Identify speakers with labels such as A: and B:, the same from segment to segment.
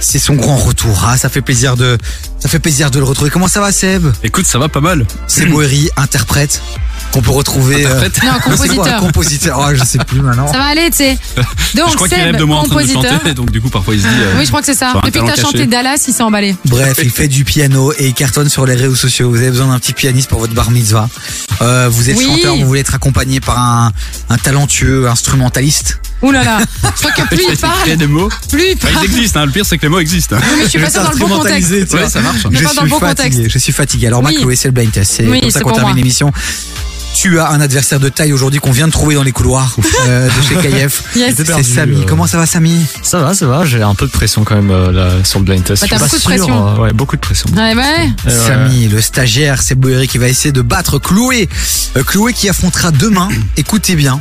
A: C'est son grand retour. Ah, ça fait plaisir de, ça fait plaisir de le retrouver. Comment ça va, Seb
B: Écoute, ça va pas mal.
A: Seb Boeri, interprète qu'on peut retrouver. euh,
B: Interprète.
C: Non,
A: c'est quoi,
C: compositeur.
A: compositeur. Oh, je sais plus maintenant.
C: Ça va aller, tu sais. Donc,
B: je crois qu'il
C: Seb,
B: rêve de moi en train de
C: compositeur.
B: chanter, donc du coup parfois il se dit. euh,
C: Oui, je crois que c'est ça.
B: Sur un
C: Depuis que
B: talent
C: t'as chanté
B: caché.
C: Dallas, il s'est emballé.
A: Bref, il fait du piano et il cartonne sur les réseaux sociaux. Vous avez besoin d'un petit pianiste pour votre bar mitzvah. Euh, vous êtes
C: Oui.
A: chanteur, vous voulez être accompagné par un, un talentueux instrumentaliste.
C: Ouh là là. Je crois que plus il
B: il crée
C: parle,
B: des mots.
C: plus il
B: Enfin, ils
C: parle.
B: existent, hein. le pire c'est que les mots existent. hein.
C: Oui, mais je suis
A: Je
C: pas
A: vais
C: sûre dans le bon contexte.
A: t'instrumentaliser, tu
B: Ouais,
A: vois.
B: ça marche.
C: Mais
A: Je
C: pas dans
A: suis
C: le bon
A: fatigué.
C: contexte.
A: Je suis fatigué. Alors,
C: Oui.
A: Mac Loué, c'est le blind test. C'est
C: Oui,
A: comme ça
C: c'est
A: qu'on
C: pour
A: termine
C: moi.
A: l'émission. Tu as un adversaire de taille aujourd'hui qu'on vient de trouver dans les couloirs euh, de chez KF.
C: Yes.
A: C'est
D: perdu,
A: Samy.
D: euh.
A: Comment ça va, Samy
C: Eh
D: Ça va, ça va, j'ai un peu de pression quand même euh, là, sur le blind test.
C: Bah,
D: Je suis
C: t'as
D: pas
C: beaucoup de
D: sûr,
C: pression.
D: euh, ouais, beaucoup de pression.
C: Ouais, ouais.
D: Euh, ouais.
A: Samy, le stagiaire, c'est Boéry qui va essayer de battre Chloé. Euh, Chloé qui affrontera demain, écoutez bien,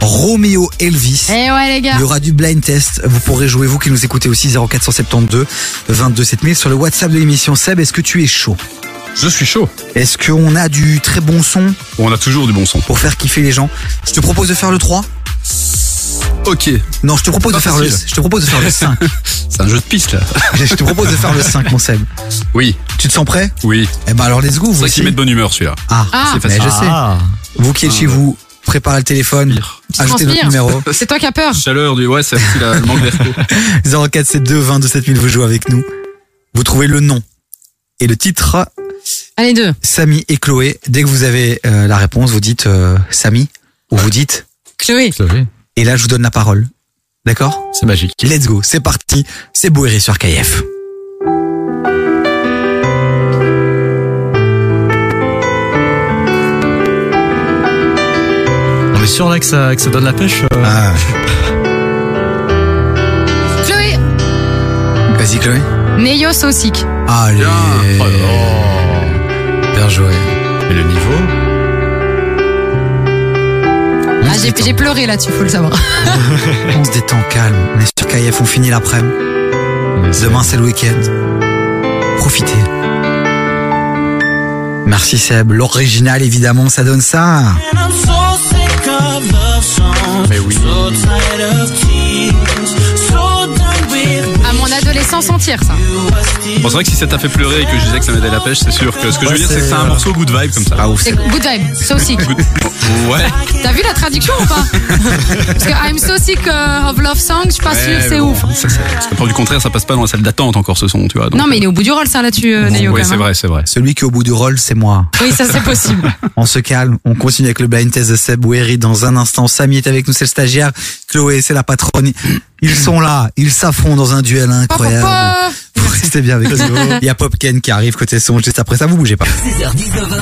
A: Roméo Elvis.
C: Eh ouais, les gars.
A: Il y aura du blind test. Vous pourrez jouer, vous qui nous écoutez aussi, 0472 22 7000 sur le WhatsApp de l'émission. Seb, est-ce que tu es chaud
B: Je suis chaud.
A: Est-ce qu'on a du très bon son
B: On a toujours du bon son.
A: pour faire kiffer les gens Je te propose de faire le 3
B: Ok,
A: Non, je te propose
B: Pas
A: de faire le,
B: facile.
A: je te propose de faire le 5.
B: c'est un jeu de piste là.
A: je te propose de faire le 5, mon Seb.
B: Oui,
A: Tu te sens prêt
B: oui.
A: Eh ben alors, let's go, vous
B: C'est vrai
A: aussi.
B: qu'il met de bonne humeur celui-là.
A: Ah,
C: Ah,
B: c'est
A: mais
B: facile.
A: je sais.
D: Ah,
A: Vous qui êtes chez vous, préparez le téléphone,
B: Pire.
C: Tu
A: ajoutez notre
C: transpires.
A: numéro.
C: C'est toi qui as peur.
B: Chaleur du. Ouais, c'est aussi la- le manque d'air.
A: 0472 22 7000, vous jouez avec nous. Vous trouvez le nom et le titre
C: Allez, deux.
A: Samy et Chloé. Dès que vous avez euh, la réponse, vous dites euh, Samy ou vous dites.
C: Chloé.
D: vous savez,
A: Et là, je vous donne la parole. D'accord
D: c'est magique.
A: Let's go, c'est parti. C'est Boéry sur KF.
D: On est sûr là que ça, que ça donne la pêche euh,
A: Ah,
C: Chloé.
A: vas-y Chloé.
C: Neyo Sosik.
A: Allez.
B: Bien.
D: oh,
A: Bien joué.
D: Mais le niveau
A: On
C: Ah,
A: se
C: j'ai
A: détend.
C: j'ai pleuré là-dessus, faut le savoir.
A: On se détend calme. On est sur KF, on finit l'après-midi.
D: mais c'est-
A: Demain, c'est le week-end. Profitez. Merci Seb. L'original, évidemment, ça donne ça.
E: And I'm so sick of love songs.
D: Mais oui.
E: So tired of tears. So done with
C: À mon adolescence entière, ça.
E: you. I still
B: Bon, c'est vrai que si ça t'a fait pleurer et que je disais que ça m'aidait la pêche, c'est sûr que ce que je veux
A: Ouais,
B: dire, c'est que
A: c'est-
D: euh,
B: c'est un morceau good vibe comme ça.
D: ah,
A: Pas ouf.
C: C'est
A: Seb.
C: good vibe. Sosik.
B: Good- Ouais.
C: T'as vu la traduction ou pas Parce que I'm so sick euh, of love song, je suis pas sûre,
B: Ouais,
C: c'est
B: Eh, bon,
C: ouf.
B: ça, ça- Parce que pour du contraire, ça passe pas dans la salle d'attente encore ce son, tu vois. donc-
C: Non, mais il est au bout du rôle, ça, là-dessus, euh, Neyo,
B: Ouais,
C: quand
B: c'est
C: même. hein.
B: vrai, c'est vrai.
A: Celui qui est au bout du rôle, c'est moi.
C: Oui, ça, c'est possible.
A: On se calme, on continue avec le blind test de Seb Ouéry dans un instant. Samy est avec nous, c'est le stagiaire. Chloé, c'est la patronne. Ils sont là, ils s'affrontent dans un duel
C: Pa, pa,
A: incroyable.
C: pa.
A: Vous Restez bien avec nous. Il y a Popken qui arrive côté son juste après ça, vous bougez pas.
F: 16h19h.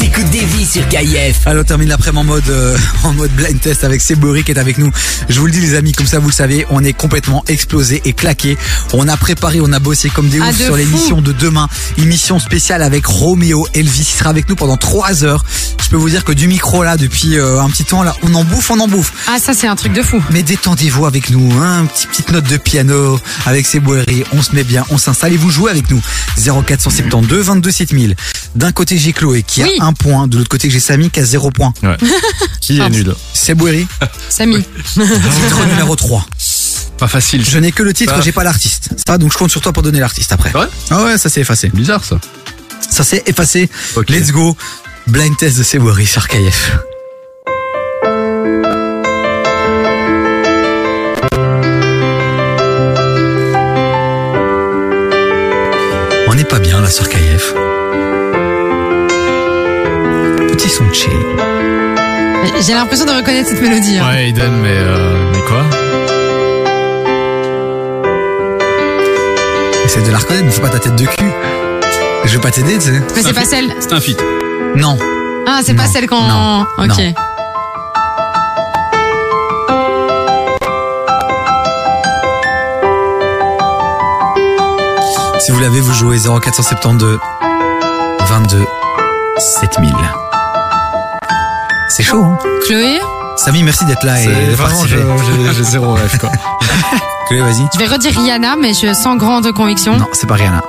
F: T'écoutes des vies sur KIF.
A: Allez, on termine l'après-midi en mode, euh, en mode blind test avec Seb Ouéry qui est avec nous. Je vous le dis les amis, comme ça vous le savez, on est complètement explosé et claqué. On a préparé, on a bossé comme des
C: Ah,
A: oufs
C: de
A: sur
C: fou.
A: l'émission de demain. Émission spéciale avec Roméo Elvis. Il sera avec nous pendant trois heures. Je peux vous dire que du micro là, depuis euh, un petit temps là, on en bouffe, on en bouffe.
C: Ah, ça, c'est un truc de fou.
A: Mais détendez-vous avec nous, hein, une petite, petite note de piano avec ses boiries, on se met bien, on s'installe et vous jouez avec nous. 0472 22 7000. D'un côté j'ai Chloé qui
C: Oui.
A: a un point, de l'autre côté j'ai Samy qui a zéro point.
D: Qui est
C: Pardon.
D: nul
A: C'est Boiry,
C: Samy.
A: titre numéro 3.
B: Pas facile.
A: Je n'ai que le titre,
B: Ah.
A: j'ai pas l'artiste. Ça, va, donc je compte sur toi pour donner l'artiste après.
B: Ouais.
A: Ah ouais, ça s'est effacé.
B: C'est bizarre ça.
A: Ça s'est effacé.
B: Ok.
A: Let's go. Blind test de Sebouri sur KF. On n'est pas bien là sur KF. Petit son de chill.
C: J'ai l'impression de reconnaître cette mélodie. hein.
D: Ouais, Eden, mais, euh, mais quoi
A: Essaye de la reconnaître, mais fais pas ta tête de cul. Je vais pas t'aider, tu sais.
C: Mais c'est pas celle.
B: C'est un feat.
A: Non.
C: Ah, c'est pas
A: Non.
C: celle qu'on.
A: Non.
C: Ok.
A: Non. Si vous l'avez, vous jouez 0472 22 7000. C'est chaud, hein
C: Chloé,
A: Samy, merci d'être là et
D: C'est-
A: de
D: Vraiment,
A: participer.
D: je- j'ai j'ai zéro rêve quoi.
A: Chloé, vas-y.
C: je vais redire Rihanna, mais je sans grande conviction.
A: Non, c'est pas rien là.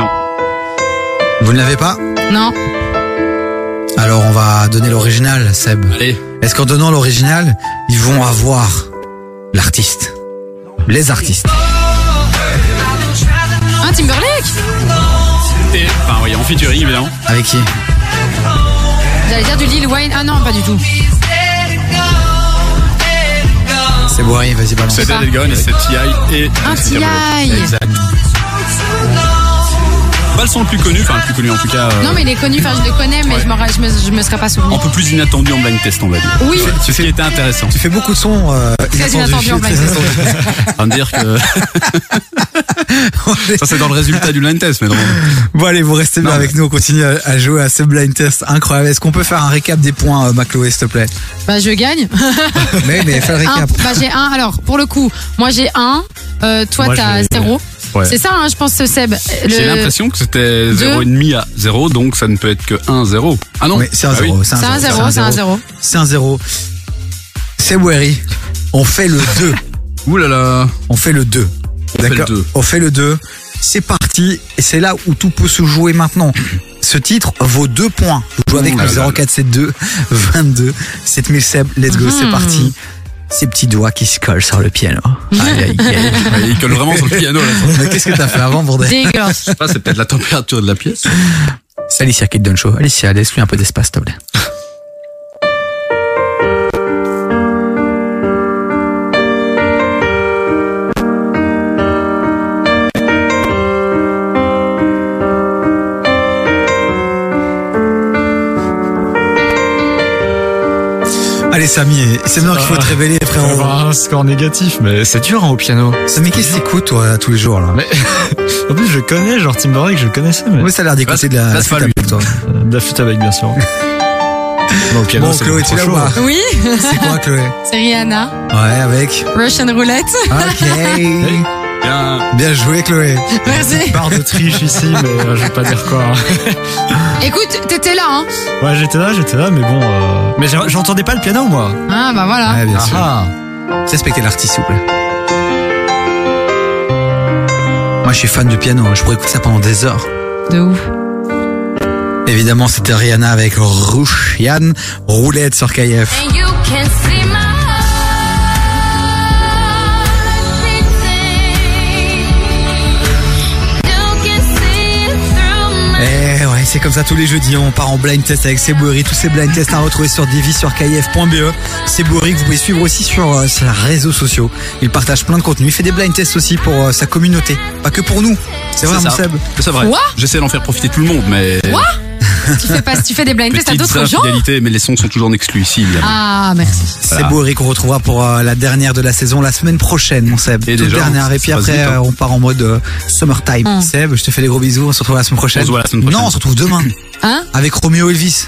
B: Non.
A: Vous ne l'avez pas
C: Non.
A: Alors on va donner l'original, Seb.
B: Allez.
A: Est-ce qu'en donnant l'original, ils vont avoir l'artiste les artistes.
C: Ah, Timberlake
B: Et, enfin, oui, en featuring, évidemment.
A: Avec qui
C: J'allais dire du Lil Wayne. Ah non, pas du tout.
A: C'est Boiry, vas-y, balance.
B: C'est
C: pas.
B: Dead and Gone et c'est T.I. et.
C: Ah, T.I..
B: Exact. Pas le son le plus connu, enfin, le plus connu en tout cas. euh,
C: Non, mais il est connu, enfin, je le connais, mais je, me, je, me, je me serais pas souvenu.
B: Un peu plus inattendu en blind test, on va dire.
C: Oui,
B: Ce qui était intéressant.
A: Tu fais beaucoup de sons euh,
C: Très
A: inattendus.
C: inattendus en blind test.
B: Enfin, dire que. Ça, c'est dans le résultat du blind test, mais non.
A: Bon allez, vous restez bien
B: Non,
A: avec nous, on continue à, à jouer à ce blind test incroyable. Est-ce qu'on peut faire un récap des points, euh, Macloé, s'il te plaît
C: bah je gagne.
A: Mais mais fais le
C: Un,
A: récap.
C: bah j'ai un. Alors, pour le coup, moi j'ai un, euh, toi
D: Moi,
C: t'as
D: j'ai-
C: zéro.
D: Ouais.
C: C'est ça, hein, je pense, Seb. Le-
B: J'ai l'impression que c'était
C: Deux.
B: 0,5 à 0, donc ça ne peut être que 1-0. Ah non
A: Oui, c'est un
B: Bah oui.
A: zéro,
C: C'est un zéro, c'est un zéro.
A: C'est un zéro. C'est Boiry. On fait le 2.
B: Ouh là là
A: On fait le 2.
B: fait le
A: D'accord
B: deux.
A: On fait le 2. C'est parti. Et c'est là où tout peut se jouer maintenant. Ce titre vaut 2 points. Vous jouez avec
B: Ouh Oh là
A: le
B: là là.
A: 0472 22 7000 Seb. Let's go, c'est parti. Ces petits doigts qui se collent sur le piano. Aïe, aïe, aïe.
B: Ouais, Il colle vraiment sur le piano là.
A: Mais qu'est-ce que t'as fait avant, bordel
C: Dégueulasse.
B: Je sais pas, c'est peut-être la température de la pièce.
A: C'est Alicia qui te donne chaud. Alicia, laisse-lui un peu d'espace, s'il te plaît. Allez Samy, c'est maintenant qu'il faut te révéler
D: On va
A: frérot.
D: avoir un score négatif, mais c'est dur hein, au piano.
A: Samy, qu'est-ce que t'écoutes toi tous les jours là
D: Mais en plus, je connais, genre Timberlake, je le connaissais, mais
A: Oui, ça a l'air d'écouter de la,
B: Là, c'est pas
A: flûte à
B: lui.
A: bec, toi.
D: euh, de la flûte avec, bien sûr. non, au piano,
A: Bon,
D: c'est
A: Chloé, tu
D: trop
A: l'as ou
D: chaud.
A: pas
C: Oui,
A: C'est quoi Chloé
C: c'est Rihanna.
A: Ouais, avec.
C: Russian Roulette.
A: Ok.
B: Bien.
A: Bien joué Chloé.
C: Merci.
D: Barre de triche ici, mais euh, je vais pas dire quoi. hein.
C: Écoute, t'étais là, hein.
D: Ouais, j'étais là, j'étais là, mais bon. euh, Mais j'ai- j'entendais pas le piano, moi.
C: Ah, bah voilà.
A: Ouais, bien
D: Ah,
A: sûr.
D: ah.
A: Respectez l'artiste, s'il vous plaît. Moi, je suis fan du piano. Je pourrais écouter ça pendant des heures.
C: De ouf.
A: Évidemment, c'était Rihanna avec Rouge. Yann, roulette sur KF.
G: And you can see my heart beating. You can see it through my
A: Eh ouais, c'est comme ça tous les jeudis. On part en blind test avec Seboueri. Tous ces blind tests à retrouver sur Divi, sur KF.be. Seboueri E. que vous pouvez suivre aussi sur euh, ses réseaux sociaux. Il partage plein de contenu. Il fait des blind tests aussi pour euh, sa communauté. Pas que pour nous. C'est vrai,
B: C'est
A: mon
B: ça.
A: Seb.
B: C'est vrai.
C: Quoi
B: J'essaie d'en faire profiter tout le monde, mais.
C: tu, fais pas, tu fais des blind tests à
B: Petite
C: d'autres gens
B: infidélité, mais les sons sont toujours en exclu ici. évidemment.
C: Ah, merci.
A: C'est beau, Eric, on retrouvera pour euh, la dernière de la saison la semaine prochaine, mon Seb.
B: Et
A: Toute
B: déjà,
A: dernière.
B: ça
A: Et puis
B: passe
A: après,
B: vite, hein.
A: euh, on part en mode euh, summertime. Seb, je te fais des gros bisous. On se retrouve la semaine prochaine.
B: On se voit la semaine prochaine.
A: Non, on se retrouve demain
C: Hein
A: avec Romeo Elvis.